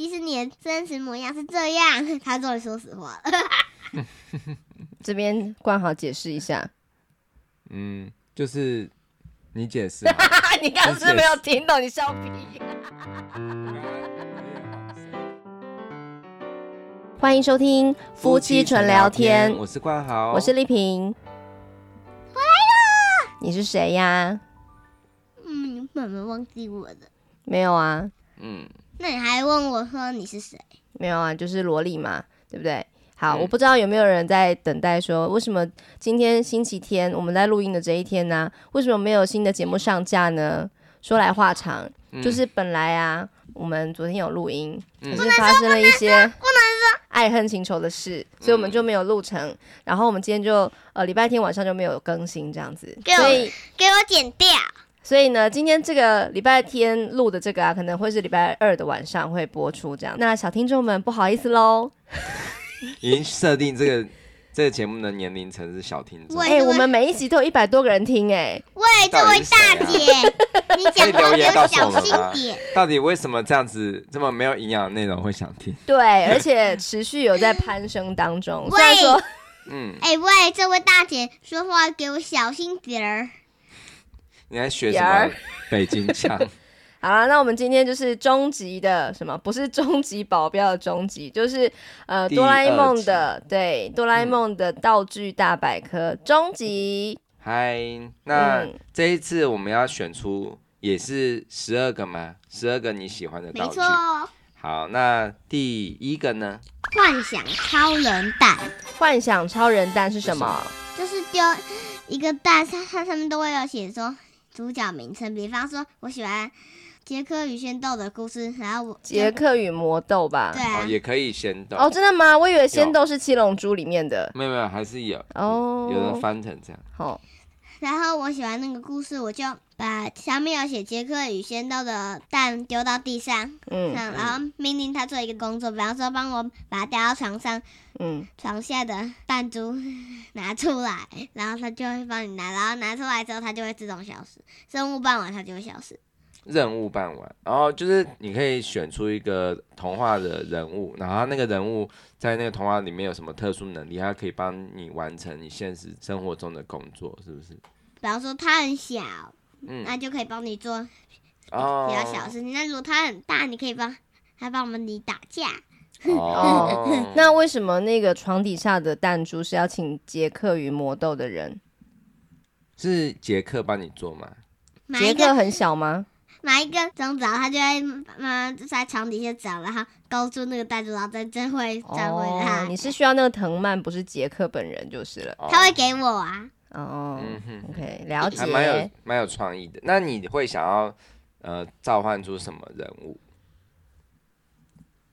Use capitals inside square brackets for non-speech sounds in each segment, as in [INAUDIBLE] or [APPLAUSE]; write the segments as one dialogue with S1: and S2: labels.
S1: 你的真实模样是这样。” [LAUGHS] 他终于说实话了。 [LAUGHS]
S2: 这边冠豪解释一下，
S3: 嗯，就是你解释好了。
S2: [LAUGHS] 你刚刚是不是没有听懂，你笑屁。 [LAUGHS] 欢迎收听 [LAUGHS] 夫妻纯聊天，
S3: 我是冠豪，
S2: 我是丽萍。回来了，你是谁呀？
S1: 嗯，你本本忘记我的，
S2: 没有啊，
S3: 嗯，
S1: 那你还问我说你是谁？
S2: 没有啊，就是萝莉嘛，对不对？好，
S3: 嗯
S2: 我不知道有没有人在等待说，为什么今天星期天我们在录音的这一天呢、为什么没有新的节目上架呢？说来话长，
S3: 嗯
S2: 就是本来啊，我们昨天有录音，
S3: 嗯
S2: 可是发生了一些爱恨情仇的事，
S3: 嗯
S2: 所以我们就没有录成。然后我们今天就呃礼拜天晚上就没有更新这样子，
S1: 给我
S2: 所以
S1: 给我剪掉。
S2: 所以呢，今天这个礼拜天录的这个啊，可能会是礼拜二的晚上会播出这样。那小听众们不好意思喽，
S3: 已经设定这个 [LAUGHS] 这个节目的年龄层是小听众
S1: 喂，
S2: 哎、我们每一集都有一百多个人听哎、
S1: 喂，这位大姐， [LAUGHS] 你讲话
S3: 可以留
S1: 给
S3: 言
S1: 我
S3: 告诉
S1: 小
S3: 我们
S1: 心
S3: 吗
S1: 点。
S3: 到底为什么这样子这么没有营养的内容会想听？
S2: 对，而且持续有在攀升当中。
S1: 喂
S2: 虽然说
S3: 嗯，
S1: 哎、喂，这位大姐说话给我小心点儿。
S3: 你在学什
S2: 点儿
S3: 么北京
S2: [LAUGHS]
S3: 腔？
S2: 好了，那我们今天就是终极的什么？不是终极保镖的终极，就是呃，
S3: 第
S2: 哆啦 A
S3: 二
S2: 梦
S3: 集
S2: 的对，哆啦 A
S3: 嗯
S2: 梦的道具大百科终极。
S3: 嗨，那
S2: 嗯
S3: 这一次我们要选出也是十二个吗？十二个你喜欢的
S1: 没
S3: 道具
S1: 错。哦，
S3: 好，那第一个呢？
S1: 幻想超人蛋
S2: 幻想超人蛋是什么？
S1: 就是丢一个蛋，它它上面都会有写说主角名称，比方说我喜欢杰克与仙豆的故事，然后我
S2: 杰克与魔豆吧
S1: 对。
S3: 哦，
S1: 啊，
S3: 也可以先动。
S2: 哦，真的吗？我以为仙豆是七龙珠里面的。
S3: 没有没有，还是有
S2: 哦
S3: 有人翻成这样。
S2: 好、
S1: 然后我喜欢那个故事，我就把上面有写杰克与仙豆的蛋丢到地上，
S2: 嗯
S1: 上然后命令他做一个工作，比方说帮我把它掉到床上，
S2: 嗯，
S1: 床下的弹珠拿出来，然后它就会帮你拿，然后拿出来之后它就会自动消失，生物办完它就会消失。
S3: 任务办完，然后就是你可以选出一个童话的人物，然后他那个人物在那个童话里面有什么特殊能力，他可以帮你完成你现实生活中的工作，是不是？
S1: 比方说它很小，
S3: 嗯，
S1: 那就可以帮你做比
S3: 哦，
S1: 啊较小的事情；那如果它很大，你可以帮它帮我们你打架。 [LAUGHS]
S3: 哦，
S2: 那为什么那个床底下的弹珠是要请杰克与魔豆的人？
S3: 是杰克帮你做吗？
S1: 买
S2: 杰
S1: 一
S2: 克
S1: 个
S2: 很小
S1: [LAUGHS]
S2: 吗？
S1: 买一个中找，它就会慢慢在床底下找，然后勾住那个弹珠，然后再再会再回
S2: 哦，
S1: 来
S2: 你。是需要那个藤蔓，不是杰克本人就是了。
S3: 哦
S1: 它会给我啊，
S2: 哦、
S3: 嗯哼
S2: o k 了解
S3: 还。蛮有蛮有创意的。那你会想要呃召唤出什么人物？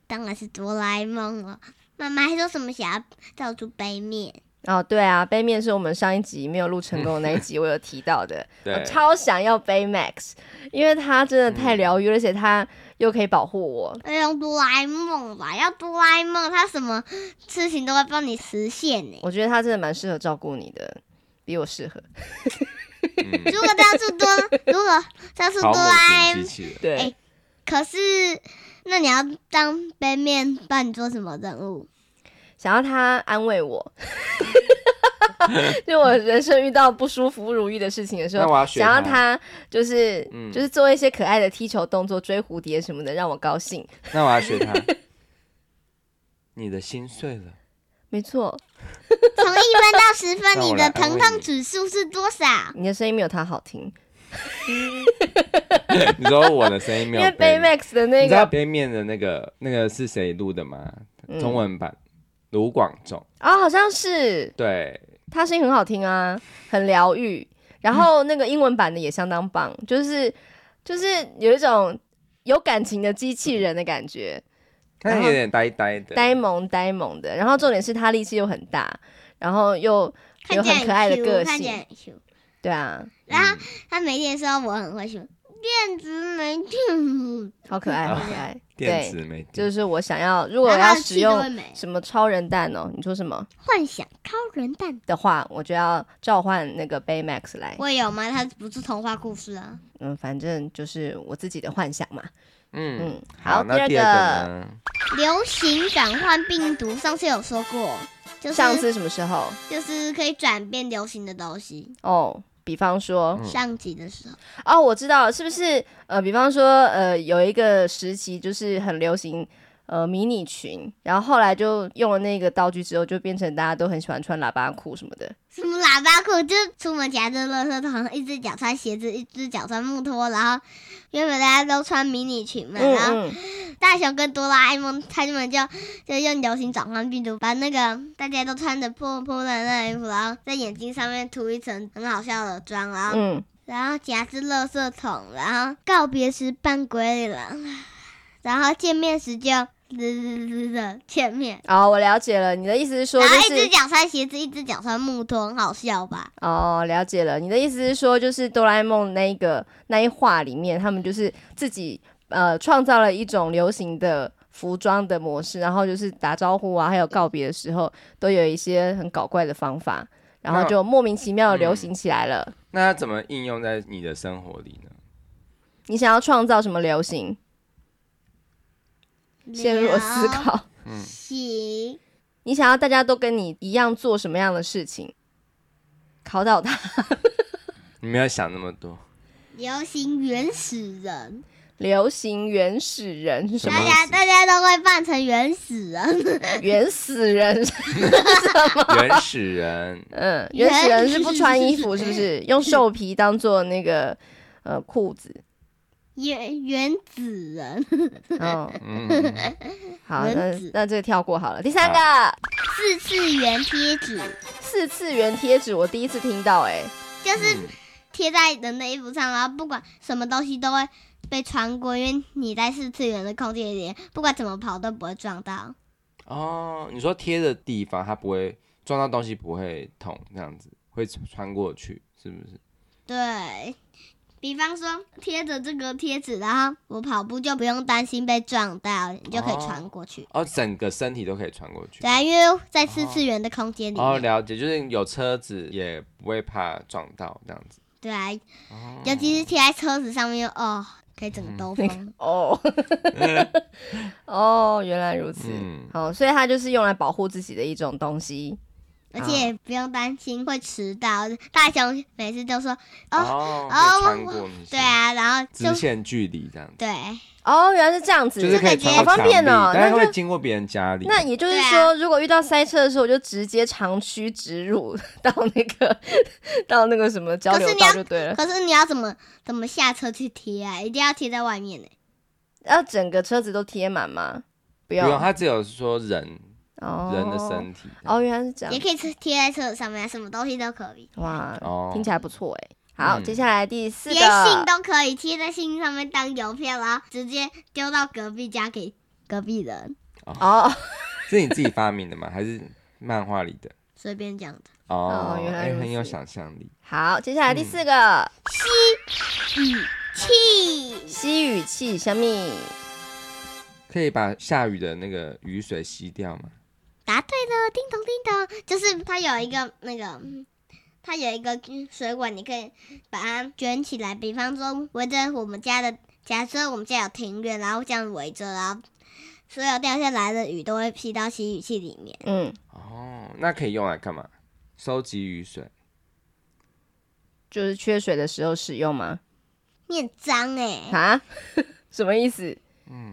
S1: 当然是哆啦 A 梦了。妈妈还说什么想要造出杯面。
S2: 哦，对啊，杯面是我们上一集没有录成功的那一
S3: [LAUGHS]
S2: 集，我有提到的。我
S3: 对，
S2: 超想要杯 Max，因为它真的太
S3: 嗯
S2: 疗愈，而且它又可以保护我。
S1: 要用哆啦 A 梦吧，要哆啦 A 梦，它什么事情都会帮你实现呢。
S2: 我觉得它真的蛮适合照顾你的，比我适合。 [LAUGHS]
S3: 嗯，
S1: 如果当初哆，如果当初
S3: 保
S1: 哆
S3: 姆
S1: 啦 A，
S3: 型机
S1: 梦，
S3: 器人。
S2: 对
S1: 哎可是那你要当杯面，帮你做什么任务？
S2: 想要它安慰我。 [LAUGHS] 就我人生遇到不舒服、不如意的事情的时
S3: 那我
S2: 候，
S3: 要学
S2: 想要
S3: 它
S2: 它就是、
S3: 嗯
S2: 就是做一些可爱的踢球动作、追蝴蝶什么的，让我高兴。
S3: [LAUGHS] 那我要学他。你的心碎了。
S2: 没错，
S1: 从一分到十分，
S3: 那我
S1: 你
S3: 来
S1: 的
S3: 安
S1: 疼
S3: 慰你
S1: 痛指数是多少？
S2: 你的声音没有它好听，
S3: [LAUGHS] 你说我的声音没
S2: 因
S3: 有
S2: 为
S3: 被
S2: Bay Max 的
S3: 你
S2: 那
S3: 知道
S2: 个
S3: 杯面的那个那个是谁录的吗？
S2: 嗯
S3: 中文版卢广仲，
S2: 啊、好像是
S3: 对，
S2: 他声音很好听啊，很疗愈。然后那个英文版的也相当棒，
S3: 嗯
S2: 就是就是有一种有感情的机器人的感觉，
S3: 他
S2: 然后
S3: 有点呆呆的，
S2: 呆萌呆萌的。然后重点是他力气又很大，然后又有
S1: 看起
S2: 很
S1: 来
S2: 可爱的
S1: 很 Q，
S2: 个
S1: 看起来
S2: 性，
S1: 很 Q。
S2: 对啊，
S1: 然后他每天说我很会说电子没听，
S2: 好可爱，
S3: 啊
S2: 好可爱。
S3: 电
S2: 对，
S3: 子媒体，
S2: 就是我想要， [LAUGHS] 如果
S1: 然后
S2: 要使
S1: 气都会
S2: 用
S1: 没。
S2: 什么超人蛋哦，你说什么
S1: 幻想超人蛋，
S2: 的话，我就要召唤那个 Baymax 来。
S1: 我有吗？它不是童话故事啊。
S2: 嗯，反正就是我自己的幻想嘛。
S3: 嗯
S2: 嗯，
S3: 好，
S2: 第
S3: 那
S2: 二
S3: 第二个呢？
S1: 流行转换病毒，上次有说过，就是
S2: 上次什么时候？
S1: 就是可以转变流行的东西。
S2: 哦，比方说，
S3: 嗯
S1: 上集的时候，
S2: 哦，我知道了，是不是？呃，比方说，呃，有一个时期就是很流行。呃，迷你裙，然后后来就用了那个道具之后，就变成大家都很喜欢穿喇叭裤什么的。
S1: 什么喇叭裤，就是出门夹着垃圾桶，一只脚穿鞋子，一只脚穿木拖，然后原本大家都穿迷你裙嘛，
S2: 嗯
S1: 然后
S2: 嗯，
S1: 大雄跟哆啦 A 梦他们就就用流行转换病毒，把那个大家都穿着破破烂烂的衣服，然后在眼睛上面涂一层很好笑的妆，然后、
S2: 嗯，
S1: 然后夹着垃圾桶，然后告别时扮鬼脸了， [SIGHS] 然后见面时就 [LAUGHS] 的见面。
S2: 哦，我了解了，你的意思是说，
S1: 然
S2: 就
S1: 后一只
S2: 是
S1: 脚穿鞋子，一只脚穿木拖，很好笑吧？
S2: 哦，了解了，你的意思是说，就是哆啦 A 梦那一个那一话里面，他们就是自己呃创造了一种流行的服装的模式，然后就是打招呼啊，还有告别的时候，都有一些很搞怪的方法，然后
S3: 那嗯
S2: 就莫名其妙地流行起来了。
S3: 那它怎么应用在你的生活里呢？
S2: 你想要创造什么流行？陷入了思考。 [LAUGHS]
S1: 了解。
S2: 你想要大家都跟你一样做什么样的事情？考倒他， [LAUGHS]
S3: 你没有想那么多，
S1: 流行原始人，
S2: 流行原始人是什
S3: 什
S1: 大
S3: 么
S2: 么？
S1: 家大家都会扮成原始人，
S2: 原始人
S3: 原始人
S2: 嗯，
S1: 原
S2: 原始人是不穿衣服，是
S1: 哎
S2: 不是？用兽皮当做那个呃裤子。
S1: 原原子人，
S2: 嗯，[LAUGHS]
S3: 嗯，嗯
S1: [LAUGHS]
S2: 好，那
S1: 原子
S2: 那这个跳过好了。第三个
S1: 四次元贴纸
S3: 嗯
S2: 四次元贴纸，我第一次听到、欸，
S1: 就是
S3: 嗯
S1: 贴在人的衣服上，然后不管什么东西都会被穿过，因为你在四次元的空间里，不管怎么跑都不会撞到。
S3: 哦，你说贴的地方它不会撞到东西，不会痛，这样子会穿过去，是不是？
S1: 对。比方说贴着这个贴纸，然后我跑步就不用担心被撞到，你就可以
S3: 哦
S1: 穿过去。
S3: 哦，整个身体都可以穿过去
S1: 对。啊，因为在四次元的空间里面，
S3: 哦，了解，就是有车子也不会怕撞到这样子。
S1: 对啊，
S3: 哦，
S1: 尤其是贴在车子上面，哦，可以整个兜
S3: 嗯
S1: 风。
S3: [LAUGHS]
S2: 哦哦，原来如此。
S3: 嗯
S2: 好，所以它就是用来保护自己的一种东西。
S1: 而且也不用担心会迟到。大雄每次都说，哦，
S3: 哦，
S1: 哦
S3: 会穿过那些
S1: 对，啊，然后
S3: 直
S1: 就
S3: 线距离这样子，
S1: 对，
S2: 哦，原来是这样子，
S3: 就是可以穿过
S2: 好方便哦
S3: 墙。壁但
S2: 那
S3: 是
S2: 就
S3: 会经过别人家里。
S2: 那也就是
S1: 对啊
S2: 说，如果遇到塞车的时候，我就直接长驱直入到那个到那个什么交
S1: 可是
S2: 流
S1: 你
S2: 道
S1: 要
S2: 就对了，
S1: 可是你要怎么怎么下车去贴啊？一定要贴在外面呢。
S2: 要整个车子都贴满吗？不
S3: 不
S2: 用，
S3: 用，它只有说人
S2: 哦
S3: 人的身体。
S2: 哦，原来是这样
S1: 也，可以贴贴在车子上面啊，什么东西都可以，
S2: 哇，
S3: 哦，
S2: 听起来不错哎。好，
S3: 嗯
S2: 接下来第四
S1: 连信
S2: 个，
S1: 都可以贴在信上面当邮票，然后直接丢到隔壁家给隔壁人，
S2: 哦
S3: 是你自己发明的吗？还是漫画里的？
S1: 随便讲的。
S3: 哦，
S2: 哦原来
S3: 哎
S2: 如
S3: 很有
S2: 此
S3: 想象力。
S2: 好，接下
S3: 嗯
S2: 来第四个，
S1: 语气
S2: 吸雨器，小米，
S3: 可以把下雨的那个雨水吸掉吗？
S1: 答对了，叮咚叮咚，就是它有一个那个，嗯它有一个嗯水管，你可以把它卷起来，比方说围着我们家的，假设我们家有庭院，然后这样围着，然后所有掉下来的雨都会吸到吸雨器里面，
S2: 嗯，
S3: 哦，那可以用来干嘛？收集雨水。
S2: 就是缺水的时候使用吗？
S1: 你很脏哎、
S2: 啊， [LAUGHS] 什么意思？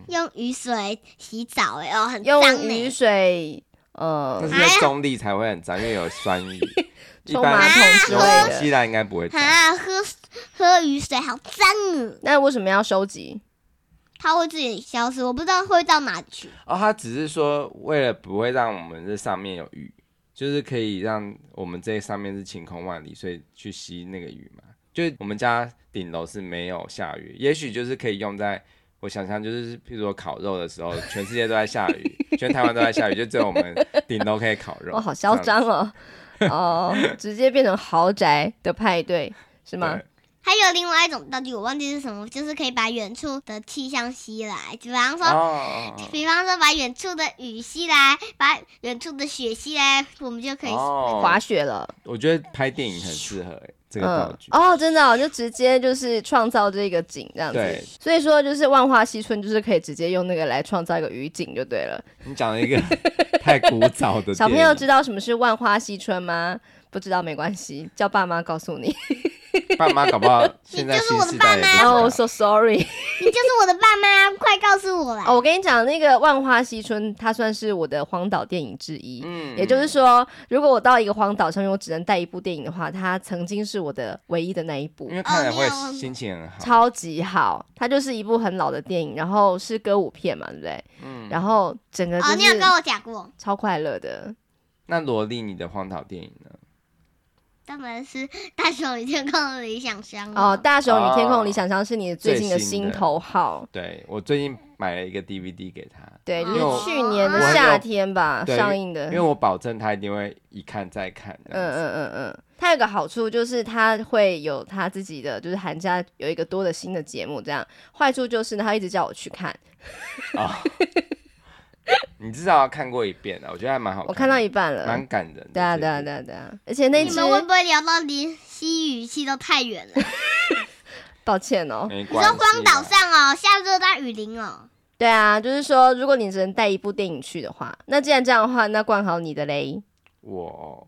S1: 用雨水洗澡哎、哦，很脏
S2: 嗯用雨
S1: 哎、
S2: 水，呃
S3: 但，是在中立才会很脏，因为有酸雨。一
S2: [LAUGHS] 冲啊马
S3: 般
S2: 桶之
S3: 用
S2: 类的。
S3: 西兰应该不会脏。
S1: 啊，喝喝雨水好脏哦，
S2: 那为什么要收集？
S1: 它会自己消失，我不知道会到哪里去。
S3: 哦，他只是说为了不会让我们这上面有雨，就是可以让我们这上面是晴空万里，所以去吸那个雨嘛。就是我们家顶楼是没有下雨，也许就是可以用在我想象，就是譬如说烤肉的时候，全世界都在下雨，
S2: [LAUGHS]
S3: 全台湾都在下雨，就只有我们顶楼可以烤肉。
S2: 哇，好嚣张
S3: [LAUGHS]
S2: 哦！哦，直接变成豪宅的派对是
S3: 这
S2: 吗
S3: 样子？？
S1: 还有另外一种道具，我忘记是什么，就是可以把远处的气象吸来，比方
S3: 对
S1: 说，
S3: 哦，
S1: 比方说把远处的雨吸来，把远处的雪吸来，我们就可以。
S3: 哦
S2: 滑雪了，
S3: 我觉得拍电影很适合、欸，这个道具。
S2: 哦，真的哦、就直接就是创造这个景这样子
S3: 对。
S2: 所以说，就是万花嬉春，就是可以直接用那个来创造一个雨景就对了。
S3: 你讲了一个 [LAUGHS] 太古早的
S2: 小朋
S3: 电
S2: 友
S3: 影
S2: 知道什么是万花嬉春吗？不知道没关系，叫爸妈告
S3: [LAUGHS]
S2: 诉你。
S3: 爸妈搞不好现在
S1: 你就是
S3: 新
S1: 我的
S3: 时代
S1: 爸
S3: 也不
S1: 妈
S3: 知
S2: [LAUGHS]
S3: 道
S2: 哦、s o sorry。
S1: 你就是我的爸妈，快告诉我啦！
S2: 哦，我跟你讲，那个万花嬉春，它算是我的荒岛电影之一。
S3: 嗯
S2: 也就是说，如果我到一个荒岛上面，我只能带一部电影的话，它曾经是我的唯一的那一部
S3: 因。为看了
S1: 哦
S3: 会
S1: 没有
S3: 心情很好。
S2: 超级好，它就是一部很老的电影，然后是歌舞片嘛，对不对？
S3: 嗯，
S2: 然后整个就
S1: 哦，你有
S2: 是
S1: 跟我讲过，
S2: 超快乐的。
S3: 那萝莉你的荒岛电影呢？
S1: 当然是大雄与天空的理想乡啊
S2: 哦，《
S1: 大
S2: 大雄与天空
S3: 哦
S2: 的理想乡》是你最近的心头好，
S3: 对我最近买了一个 DVD 给他，
S2: 对，就
S1: 因为我
S2: 是去年的
S3: 啊我很有
S2: 夏天吧
S3: 对
S2: 上映的。
S3: 因为我保证他一定会一看再看。
S2: 嗯
S3: 嗯嗯，
S2: 嗯嗯嗯，它有个好处就是它会有它自己的，就是寒假有一个多的新的节目这样。坏处就是呢，他一直叫我去看，嗯
S3: 哦 [LAUGHS] 你至少要看过一遍啊，我觉得还蛮好看的。
S2: 我看到一半了。
S3: 蛮感人的。
S2: 对啊
S3: 这
S2: 对啊
S3: 部
S2: 对啊对啊，而且那
S1: 你
S2: 只
S1: 们会不会聊到离西语系都太远了？
S2: 抱歉哦，
S3: 没
S1: 你说
S3: 关系啦。
S1: 荒岛上哦，下热带雨林哦，
S2: 对啊，就是说如果你只能带一部电影去的话，那既然这样的话，那冠豪你的嘞，
S3: 我，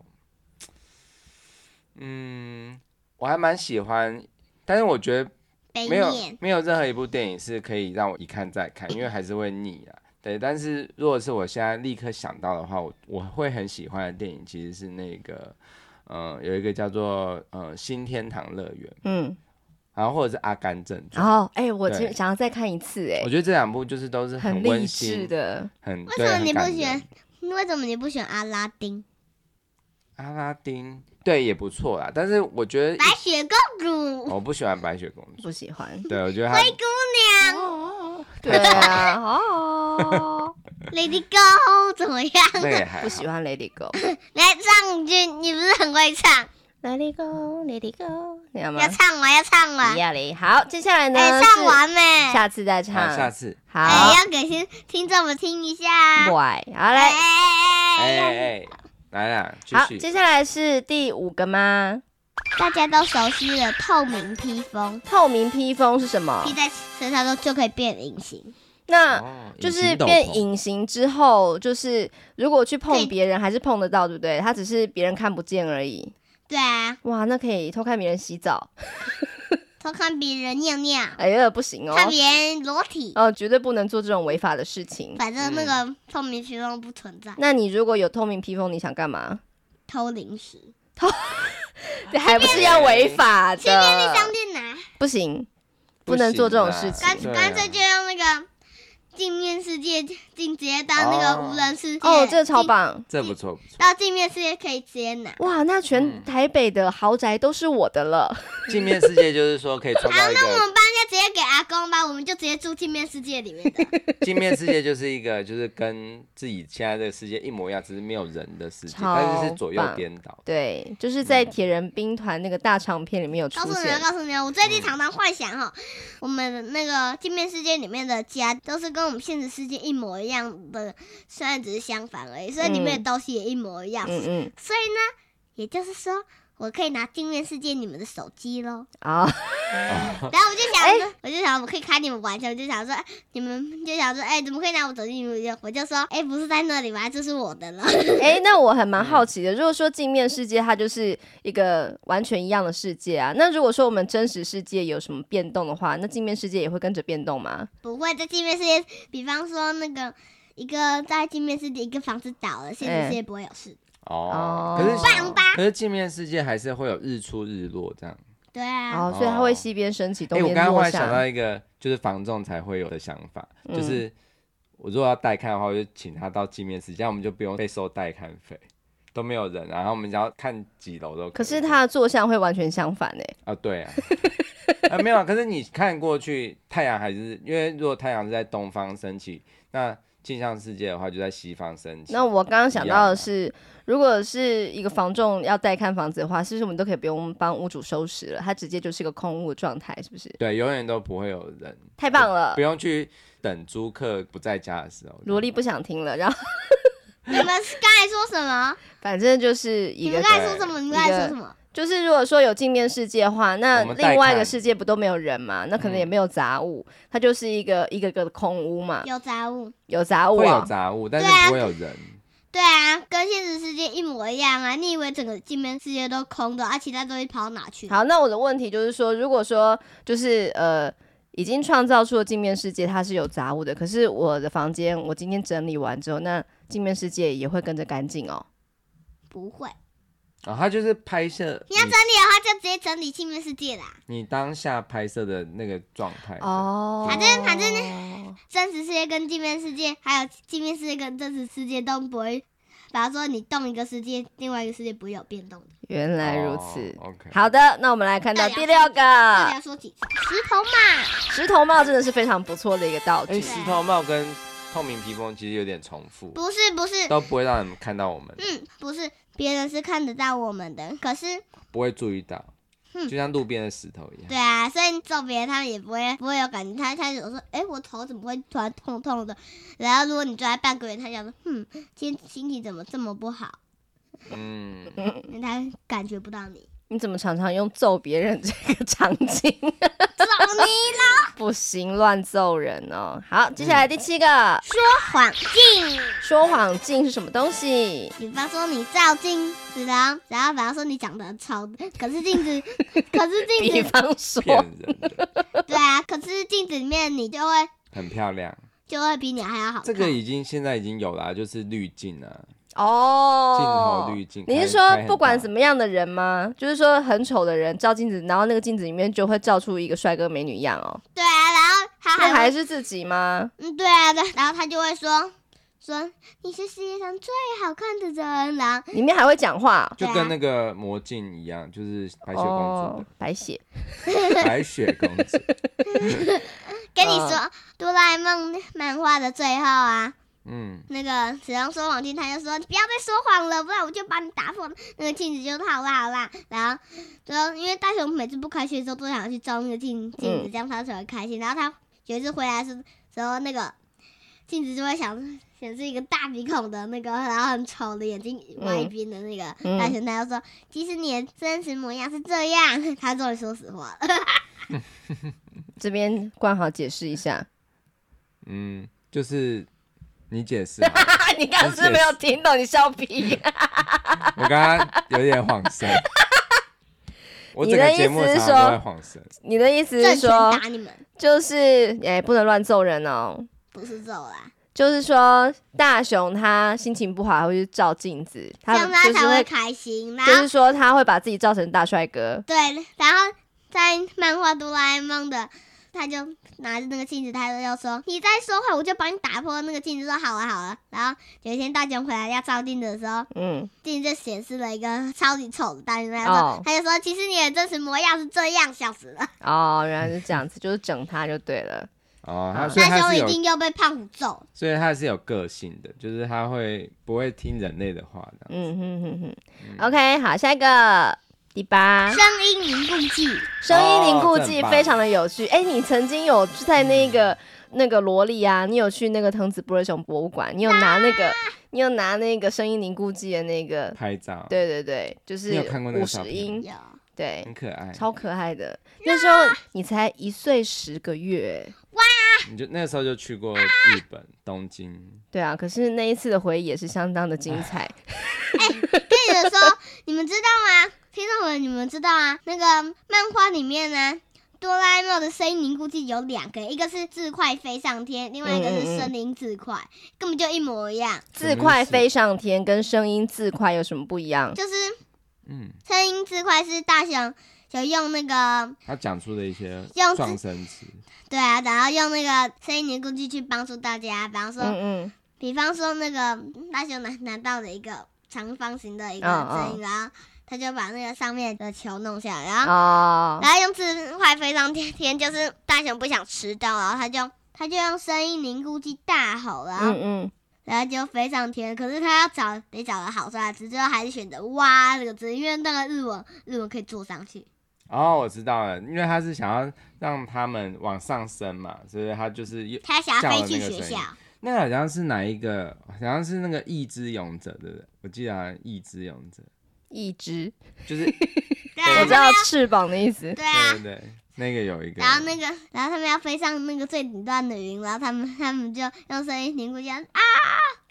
S3: 嗯，我还蛮喜欢，但是我觉得
S1: 北
S3: 没有
S1: 面
S3: 没有任何一部电影是可以让我一看再看，因为还是会腻啊。对，但是如果是我现在立刻想到的话，我我会很喜欢的电影其实是那个，呃，有一个叫做呃《新天堂乐园》，
S2: 嗯，
S3: 然后或者是《阿甘正传
S2: 然》后哎，我
S3: 对
S2: 其实想要再看一次哎
S3: 我，觉得这两部就是都是
S2: 很
S3: 温
S2: 励志
S3: 馨，
S2: 的，
S3: 很
S1: 为
S3: 对
S1: 什么
S3: 很
S1: 你不
S3: 感
S1: 喜
S3: 人
S1: 欢为什么你不喜欢阿拉丁？
S3: 阿拉丁？对，也不错啦。但是我觉得
S1: 白雪公主，
S3: 我不喜欢白雪公主，
S2: 不喜欢。
S3: 对我觉得她
S1: 哦
S2: 对啊，
S1: [LAUGHS]
S2: 哦，
S1: Lady Go 怎么样？
S3: 那个也还
S2: 不喜
S3: 好。
S2: 欢 Lady
S1: [LAUGHS]
S2: Go。
S1: 来唱一句，你不是很会唱？
S2: Lady Go，Lady Go，你要吗
S1: 要？唱完，要唱完
S2: 不，要嘞。好，接下来呢
S1: 哎，唱
S2: 呃是
S1: 完没？
S2: 下次再唱
S3: 好，。下次。
S2: 好
S1: 哎，，要给听听众们听一下。
S2: 喂，好
S1: 哎
S2: 嘞。
S3: 哎
S1: 哎哎，
S3: 哎，哎来啦，继
S2: 好，
S3: 续。
S2: 接下来是第五个吗？
S1: 大家都熟悉的透明披风，
S2: 透明披风是什么
S1: 披？在身上都就可以变隐形。
S2: 那
S3: 哦
S2: 就是变，
S3: 形斗篷
S2: 隐形之后，就是如果去
S1: 可以
S2: 碰别人，还是碰得到，对不对？它只是别人看不见而已。
S1: 对啊，
S2: 哇，那可以偷看别人洗澡？
S1: 偷看别人尿尿，
S2: 哎呀，不行哦，
S1: 看别人裸体，
S2: 哦，绝对不能做这种违法的事情。
S1: 反正那个透明披风不存在。
S2: 那你如果有透明披风，你想干嘛？ [LAUGHS]
S1: 偷零食，
S2: 这还不是要违法
S1: 去便利商
S2: 的？
S1: 店拿，
S2: 不行，
S3: 不
S2: 不
S3: 行
S2: 能做这种
S3: 啦
S2: 事情
S1: 干
S3: 对啊
S1: 干脆就用那个镜面世界，镜直接当那个
S3: 哦
S1: 无人世界。
S2: 哦，这个超
S1: 镜
S2: 棒！
S3: 这不错不错。
S1: 到镜面世界可以直接拿。
S2: 哇，那全
S3: 嗯
S2: 台北的豪宅都是我的了。
S3: 镜面世界就是说可以创
S2: 啊
S3: 造一
S1: 我
S3: 个
S1: 们搬家直接给阿公吧，我们就直接住镜面世界里面的。
S3: 镜面世界就是一个就是跟自己现在这个世界一模一样，只是没有人的世界，
S2: 超
S3: 但是是左右
S2: 棒
S3: 颠倒。
S2: 对，就是在
S3: 嗯
S2: 铁人兵团那个大长片里面有
S1: 告
S2: 出
S1: 诉你
S2: 现
S1: 们，。告诉你们，哦我最近常常幻想哈，我们的那个镜面世界里面的家都是跟我们现实世界一模一样的，虽然只是相反而已，所以里面的东西也一模一样。
S2: 嗯嗯，
S1: 所以呢，也就是说，我可以拿镜面世界你们的手机喽。
S2: 啊、
S1: 然后我就想
S2: 哎
S1: 说，我就想我可以开你们玩笑，我就想说，哎你们就想说，哎，怎么可以拿我手机？你们就我就说，哎，不是在那里吧，这是我的了。 [LAUGHS]
S2: 哎、那我
S3: 嗯
S2: 很蛮好奇的，如果说镜面世界它就是一个完全一样的世界啊，那如果说我们真实世界有什么变动的话，那镜面世界也会跟着变动吗？
S1: 不会在镜面世界，比方说那个一个在镜面世界一个房子倒了，现
S2: 哎
S1: 实世界不会有事。
S3: 哦，
S2: 哦
S3: 可
S1: 棒
S3: 是
S1: 吧
S3: 可是镜面世界还是会有日出日落这样。
S1: 对啊，
S2: 哦，所以它会
S3: 哦
S2: 西边升起，东
S3: 哎，我
S2: 边
S3: 刚刚忽
S2: 落
S3: 然
S2: 下。
S3: 想到一个就是房仲才会有的想法，就
S2: 嗯
S3: 是我如果要带看的话，我就请他到镜面世界，这样我们就不用被收带看费。都没有人，然后我们只要看几楼都
S2: 可
S3: 以
S2: 是它的坐向会完全相反哎、
S3: 啊，对啊，啊没有啊，可是你看过去，太阳还是因为如果太阳是在东方升起，那镜像世界的话就在西方升起。
S2: 那我刚刚想
S3: 一样
S2: 到
S3: 啊
S2: 的是，如果是一个房仲要带看房子的话，是不是我们都可以不用帮屋主收拾了？它直接就是一个空屋的状态，是不是？
S3: 对，永远都不会有人，
S2: 太棒了
S3: 不！用去等租客不在家的时候。
S2: 萝莉不想听了，然后
S1: 你们刚才说什么？
S2: 反正就是一
S1: 你
S2: 个
S1: 们刚才说什么？你们刚才说什么？
S2: 就是如果说有镜面世界的话，那
S3: 我们带
S2: 另外一个
S3: 看嗯
S2: 世界不都没有人嘛？那可能也没有杂物，它就是一个一个个的空屋嘛，
S1: 有杂物。
S2: 有杂物
S3: 会有
S2: 啊。
S3: 杂物，但
S1: 对啊
S3: 是不会有人。
S1: 对啊，跟现实世界一模一样啊！你以为整个镜面世界都空的啊？其他东西跑到哪去？
S2: 好，那我的问题就是说，如果说就是呃，已经创造出了镜面世界，它是有杂物的，可是我的房间我今天整理完之后，那镜面世界也会跟着干净哦。
S1: 不会，
S3: 然啊后他就是拍摄
S1: 你要整理的话就直接整理镜面世界啦。
S3: 你你当下拍摄的那个状态。
S2: 哦，
S1: 反正反正真实世界跟镜面世界，还有镜面世界跟真实世界都不会。比方说，你动一个世界，另外一个世界不会有变动的。
S2: 原来如此。
S3: 哦 OK，哎
S2: 好的，那我们来看到
S1: 到底
S2: 第
S1: 要
S2: 六
S1: 到底
S2: 个
S1: 要说几次？石头嘛，
S2: 石头帽，真的是非常不错的一个道
S3: 哎、
S2: 具。
S3: 石头帽跟透明披风其实有点重复，
S1: 不是不是，
S3: 都不会让人看到我们，
S1: 嗯，不是，别人是看得到我们的，可是
S3: 不会注意到，
S1: 嗯
S3: 就像路边的石头一样。
S1: 对啊，所以揍别人他们也不会不会有感觉。他他有说，哎、我头怎么会突然痛痛的？然后如果你抓半个月，他想说，哼，今天心情怎么这么不好？
S2: [LAUGHS]
S3: 嗯，
S1: 那他感觉不到你，
S2: 你怎么常常用揍别人这个场景？ [LAUGHS]
S1: 揍你
S2: 不行，乱揍人哦。好，接下来第七个，
S1: 说谎镜。
S2: 说谎镜是什么东西？
S1: 比方说你照镜子的，然后比方说你长得丑，可是镜
S2: [LAUGHS]
S1: 子，可是
S2: 比
S1: 镜子，
S2: 方说，
S3: 骗人的，
S1: 对啊，可是镜子里面你就会
S3: 很漂
S2: [LAUGHS]
S3: 亮。
S1: 就会比你还要好看。
S3: 这个已经现在已经有啦，就是滤镜啊，镜
S2: 哦，
S3: 头滤镜。
S2: 你是说不管怎么样的人吗？就是说很丑的人照镜子，然后那个镜子里面就会照出一个帅哥美女样哦？
S1: 对啊，然后他
S2: 那
S1: 还
S2: 还
S1: 会
S2: 是自己吗？
S1: 嗯，对啊，对，然后他就会说说你是世界上最好看的人，啊 [LAUGHS]
S2: [LAUGHS]
S1: 然后
S2: 里面还会讲话
S3: [LAUGHS]
S2: 哦？
S3: 就
S1: 啊
S3: 跟那个魔镜一样，就是白雪公
S2: 哦，白雪
S3: 主的，白雪公主， [LAUGHS]
S1: 跟你说
S2: 啊
S1: 《哆啦 A 梦》漫画的最后啊，
S3: 嗯，
S1: 那个史上说谎镜，他就说你不要再说谎了，不然我就把你打破。那个镜子就说好啦好啦，然后然后因为大雄每次不开心的时候都想要去照那个镜镜子，这样他才会开心。然后他有一次回来的时时候，那个镜子就会想显示一个大鼻孔的那个，然后很丑的眼睛歪一边的那个
S2: 嗯
S1: 大熊，他就说：“其实你的真实模样是这样。”他终于说实话了。
S2: 这边冠豪解释一下。
S3: 嗯，就是你解释好了，
S2: 啊， [LAUGHS] 你刚刚是不是没有听懂，你笑屁、
S3: [LAUGHS] 我刚刚有点晃神。我整个节目常常都在晃神，
S2: [LAUGHS] 你的意思
S1: 正
S2: 是
S1: 拳
S2: 说，
S1: 打你们
S2: 就是哎、不能乱揍人哦。
S1: 不是揍啦，
S2: 就是说，大雄他心情不好，他会去照镜子，
S1: 这
S2: 他
S1: 样他
S2: 就是
S1: 才会
S2: 会，
S1: 开心。然
S2: 就是
S1: 后
S2: 说他会把自己照成大帅哥。
S1: 对，然后在漫画《哆啦 A 梦》的，他就拿着那个镜子，他就要说：“你再说话，我就把你打破。”那个镜子说：“好了好了。”然后有一天大雄回来要照镜子的时候，
S2: 嗯，
S1: 镜子就显示了一个超级丑的大熊，他就
S2: 哦
S1: 说：“他就说其实你的真实模样是这样，笑死了。”
S2: 哦，原来是这样子，就是整他就对了。
S3: 哦，他
S2: 啊
S3: 所以
S1: 大
S3: 他
S1: 雄
S3: 是
S1: 一
S3: 有，
S1: 定要被胖虎揍。
S3: 所以他是有个性的，就是他会不会听人类的话的。
S2: 嗯哼哼哼。OK，好，下一个第八，
S1: 声音凝固剂，
S2: 声音凝固
S3: 哦这
S2: 剂
S3: 很棒嗯
S2: 非常的有趣。哎、你曾经有在那个、那个萝莉啊，你有去那个藤子不二雄博物馆，你有拿那个，你有拿那个声音凝固剂的那个，
S3: 拍照，，
S2: 对对对，就是
S3: 你有看过那
S2: 五
S3: 个
S2: 十
S3: 照片
S2: 音，
S1: 有
S2: 对，
S3: 很可爱。
S2: 超可爱的。那时候你才一岁十个月，
S3: 你就那时候就去过日本东京，
S2: 对啊，可是那一次的回忆也是相当的精彩。
S1: 跟你说，你们知道吗？听众们，你们知道啊？那个漫画里面呢，哆啦 A 梦的声音凝固剂有两个，一个是自快飞上天，另外一个
S2: 嗯嗯嗯
S1: 是森林自快，根本就一模一样。
S2: 自快飞上天跟声音自快有什么不一样？
S1: 就是
S3: 嗯，
S1: 声音自快是大雄有用那个
S3: 他讲出了一些
S1: 用自
S3: 撞声词，
S1: 对啊，然后用那个声音凝固剂去帮助大家，比方说，
S2: 嗯
S1: 比方说那个大雄拿拿到了一个长方形的一个
S2: 嗯嗯
S1: 声音，然后他就把那个上面的球弄下来，然后
S2: 嗯，。哦，
S1: 然后用自快飞上天天，就是大雄不想迟到，然后他就他就用声音凝固剂大吼，然后、
S2: 嗯嗯，
S1: 然后就飞上天。可是他要找得找个好帅字，最后还是选择“哇”这个字，因为那个日文日文可以坐上去。
S3: 哦，我知道了，因为他是想要让他们往上升嘛，所以他就是又
S1: 他想要飞去
S3: 叫
S1: 学
S3: 了那个声
S1: 校
S3: 音，那个好像是哪一个？好像是那个意之勇者，对不对？我记得好像意之勇者，
S2: 一只，
S1: [LAUGHS]
S3: 就是
S1: 对啊，他
S2: 我
S1: 们
S2: 知道
S1: 要
S2: 翅膀的意思。
S1: 对啊
S3: 对对，对，那个有一个，
S1: 然后那个，然后他们要飞上那个最顶端的云，然后他们他们就用声音凝固这样啊，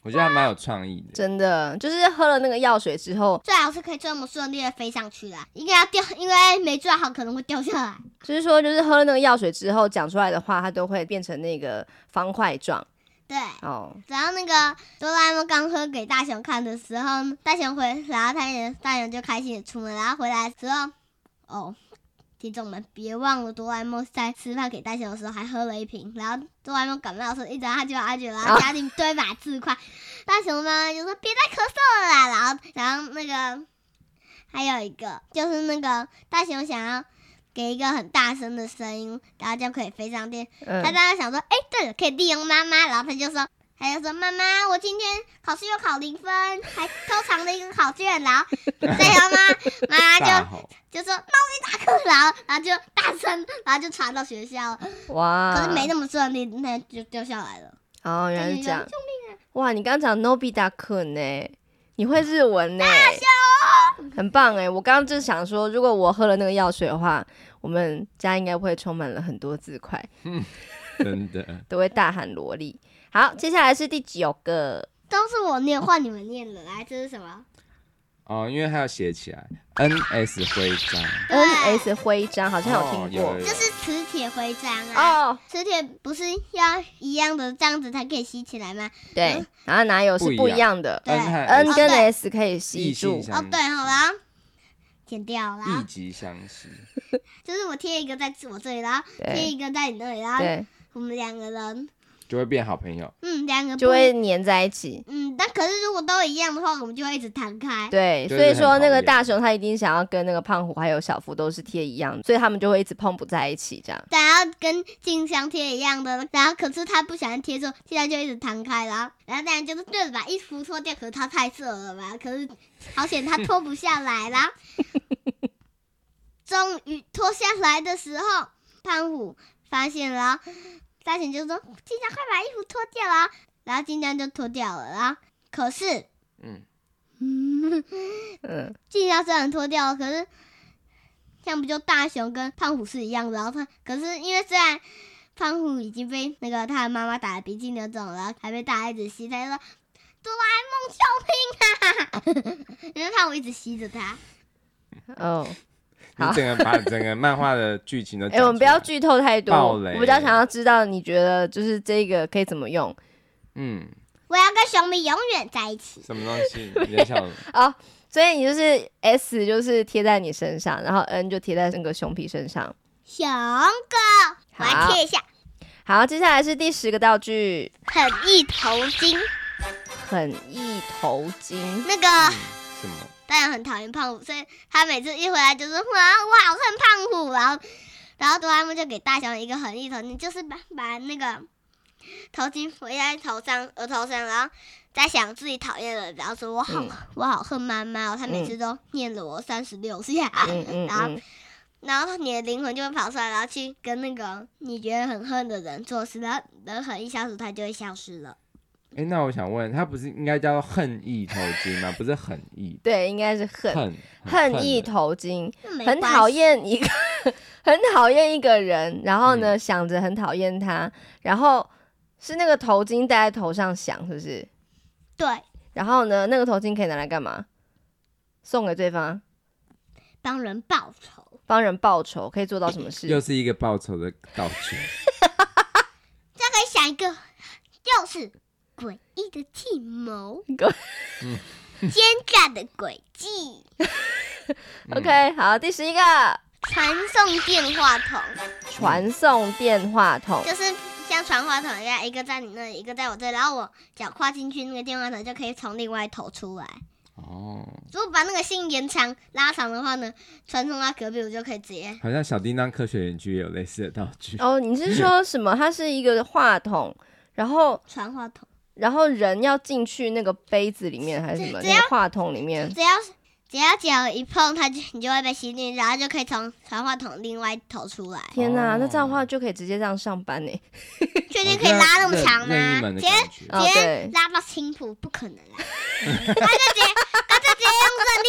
S3: 我觉得还蛮有创意的。
S2: 真的，就是喝了那个药水之后，
S1: 最好是可以这么顺利的飞上去啦，应该要掉，因为没抓好可能会掉下来。
S2: 就是说，就是喝了那个药水之后讲出来的话，它都会变成那个方块状
S1: 对，
S2: 哦。
S1: 然后那个哆啦 A 梦刚喝给大雄看的时候，大雄回，然后他也大雄就开心的出门，然后回来的时候，哦，听众们别忘了哆啦 A 梦在吃饭给大雄的时候还喝了一瓶，然后哆啦 A 梦感冒的时候一直阿九阿九，然后
S2: 啊
S1: 家里堆满字块，大雄妈妈就说别再咳嗽了啦，然后然后那个还有一个就是那个大雄想要给一个很大声的声音，然后这样可以飞上天，
S2: 嗯
S1: 他，当时想说，哎、对了，可以利用妈妈，然后他就说，他就说，妈妈，我今天考试又考零分，还偷藏了一个考卷，然后对妈妈，妈
S3: 大
S1: 妈
S3: 吼，
S1: 就就说闹你打课，然后然后就大声，然后就传到学校了，
S2: 哇，
S1: 可是没那么顺利，那就掉下来了。
S2: 哦，原来是
S1: 就
S2: 这样
S1: 就。
S2: 哇，你刚讲 Nobi 大克呢，你会日文呢，
S1: 哦
S2: 很棒哎！我刚刚就想说，如果我喝了那个药水的话，我们家应该会充满了很多字块，
S3: 真的，
S2: 都会大喊萝莉。好，接下来是第九个，
S1: 都是我念，换你们念了。来，这是什么？
S3: 哦，因为它要写起来，NS 徽章，
S1: 对
S2: N S 徽章好像有
S3: 哦
S2: 听
S3: 有
S2: 过
S3: 有有
S1: 就是磁铁徽章啊。哦。
S2: 哦，
S1: 磁铁不是要一样的这样子才可以吸起来吗？
S2: 对，然后哪有是不
S3: 不
S2: 一
S3: 一
S2: 样的
S1: 对
S3: N 和
S2: ，N 跟
S1: 哦对
S2: S 可以吸
S3: 异性
S2: 住，
S3: 相
S1: 哦，对好了，剪掉了。啊
S3: 异极相吸，
S1: 就是我贴一个在我这里，然后贴
S2: 对
S1: 一个在你那里，然后
S2: 对，
S1: 我们两个人，
S3: 就会变好朋友。
S1: 嗯，两个
S2: 就
S1: 不
S2: 会粘在一起。
S1: 嗯，但可是如果都一样的话，我们就会一直弹开。
S2: 对，
S3: 就
S2: 所以
S3: 是很
S2: 说那
S3: 讨
S2: 个
S3: 厌
S2: 大熊他一定想要跟那个胖虎还有小福都是贴一样的，所以他们就会一直碰不在一起这样。
S1: 然后跟静香贴一样的，然后可是他不小心贴错，现在就一直弹开，然后然后当然就是对着把衣服脱掉，可是他太色了吧？可是好险他脱不下来啦。终于脱下来的时候，胖虎发现了，大雄就说：“静香，快把衣服脱掉啊！”然后静香就脱掉了，然后可是，
S3: 嗯，
S1: 嗯，
S2: 嗯，
S1: 静香虽然脱掉了，可是这样不就大雄跟胖虎是一样的？然后他可是因为虽然胖虎已经被那个他的妈妈打的鼻青脸肿了，然后还被大家一直吸，他就说：“哆啦 A 梦，救命啊！”因为胖虎一直吸着他。
S2: 哦，
S3: 你
S2: 好
S3: 整个把整个漫画的剧情都，
S2: [LAUGHS] 哎、我们不要，剧透太多，
S3: 爆
S2: 我
S3: 雷
S2: 比较想要知道你觉得就是这个可以怎么用
S3: 嗯，
S1: 我要跟熊咪永远在一起。
S3: 什么东西？你在笑什么？
S2: 哦。所以你就是 S 就是贴在你身上，然后 N 就贴在那个熊皮身上。
S1: 熊哥，我来
S2: 好
S1: 贴一下，
S2: 好，接下来是第十个道具，
S1: 很意头巾。
S2: 很意头巾。
S1: 那个
S3: 什么？ [LAUGHS]
S1: 当然很讨厌胖虎，所以他每次一回来就说：“哇，我好恨胖虎。”然后，然后哆啦 A 梦就给大雄一个狠意头巾，就是把把那个头巾围在头上、额头上，然后再想自己讨厌的，然后说：“我好，
S2: 嗯
S1: 我好恨妈妈哦，她每次都念了我三十六下。
S2: 嗯嗯
S1: 然后
S2: 嗯，
S1: 然后你的灵魂就会跑出来，然后去跟那个你觉得很恨的人做事，然后人狠一消除，它就会消失了。
S3: 哎，那我想问，它不是应该叫恨意头巾吗？不是狠意，
S2: 对，应该是恨
S3: 恨
S2: 恨意
S3: 的
S2: 头巾。
S1: 那没
S2: 很
S1: 关
S2: 讨
S1: 系，
S2: 厌一个，很讨厌一个人，然后呢、想着很讨厌他，然后是那个头巾戴在头上想，是不是？
S1: 对，
S2: 然后呢，那个头巾可以拿来干嘛？送给对方，
S1: 帮人报仇，
S2: 帮人报仇，可以做到什么事？
S3: 又是一个报仇的道具。
S1: 再可以想一个，又是诡异的计谋，
S2: 诡
S1: 奸诈的诡计，
S2: OK，好，第十一个，
S1: 传送电话筒，
S2: 传送电话筒。
S1: 就是像传话筒一样，一个在你那里，一个在我这里，然后我脚跨进去，那个电话筒就可以从另外一头出来。
S3: 哦，
S1: 如果把那个线延长拉长的话呢，传送到隔壁，我就可以直接。
S3: 好像小叮当科学园区也有类似的道具。
S2: 哦，你是说什么？它是一个话筒，然后
S1: 传话筒，
S2: 然后人要进去那个杯子里面还是什么？
S1: 只哦
S2: 那个话筒里面
S1: 只要只要脚一碰它就，你就会被吸进去，然后就可以从传话筒另外一头出来。
S2: 天哪、
S3: 哦
S2: 那这样的话就可以直接这样上班呢。
S1: 确定可以拉那么长
S3: 任意
S1: 吗？
S3: 门的
S1: 直
S3: 感
S1: 接
S3: 觉。
S2: 哦
S1: 直接
S2: 对
S1: 拉到青浦不可能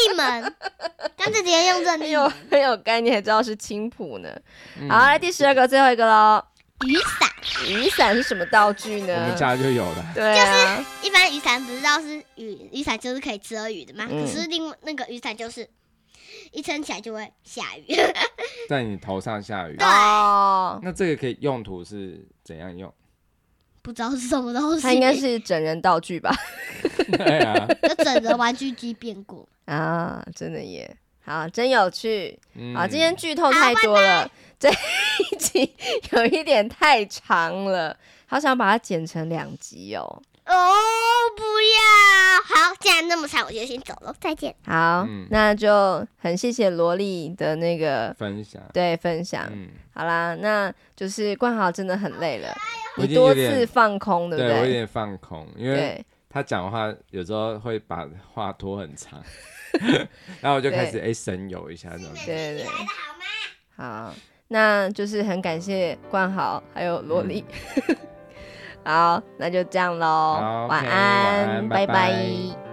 S1: [LAUGHS] 啦，干脆直接干脆直接用任意门，干脆直接用任
S2: [LAUGHS] 很
S1: 意
S2: 有
S1: 门
S2: 很有概念，还知道是青浦呢。
S3: 嗯
S2: 好，来第十二个，最后一个喽。
S1: 雨伞。
S2: 雨伞是什么道具
S3: 我们
S2: 呢？
S3: 家就有了。
S2: 对啊，
S1: 一般雨伞不知道是雨雨伞就是可以遮雨的嘛，
S2: 嗯
S1: 可是另外那个雨伞就是一撑起来就会下雨。 [LAUGHS]
S3: 在你头上下雨。
S2: 哦，
S3: 那这个可以用途是怎
S2: [LAUGHS]
S3: 样用？
S1: 不知道是什么东西，
S2: 它应该是整人道具吧？ [LAUGHS]
S3: 对啊，
S1: [LAUGHS] 就整个玩具机变过。
S2: 啊，真的耶，好，真有趣。
S3: 嗯
S2: 好，今天剧透太多了， [LAUGHS] 这一集有一点太长了，好想把它剪成两集 [LAUGHS] 哦。
S1: 哦，不要！好，既然那么长，我就先走了，再见。
S2: 好，
S3: 嗯
S2: 那就很谢谢萝莉的那个
S3: 分享。
S2: 对啊分享。
S3: 嗯，
S2: 好啦，那就是冠豪真的很累了，
S3: 我已
S2: 你
S3: 经
S2: 多
S3: 有点
S2: 次放空，对不
S3: 对我有
S2: 对？
S3: 点放空，因为
S2: 对，
S3: 他讲话有时候会把话拖很长， [LAUGHS] 然后我就开始哎神游一下这种。
S2: 对对对。好，那就是很感谢冠豪还有萝莉。 [LAUGHS] 好，那就这样喽
S3: 嗯好，，OK，
S2: 晚
S3: 晚
S2: 安，
S3: 安
S2: 拜
S3: 拜
S2: 拜
S3: 拜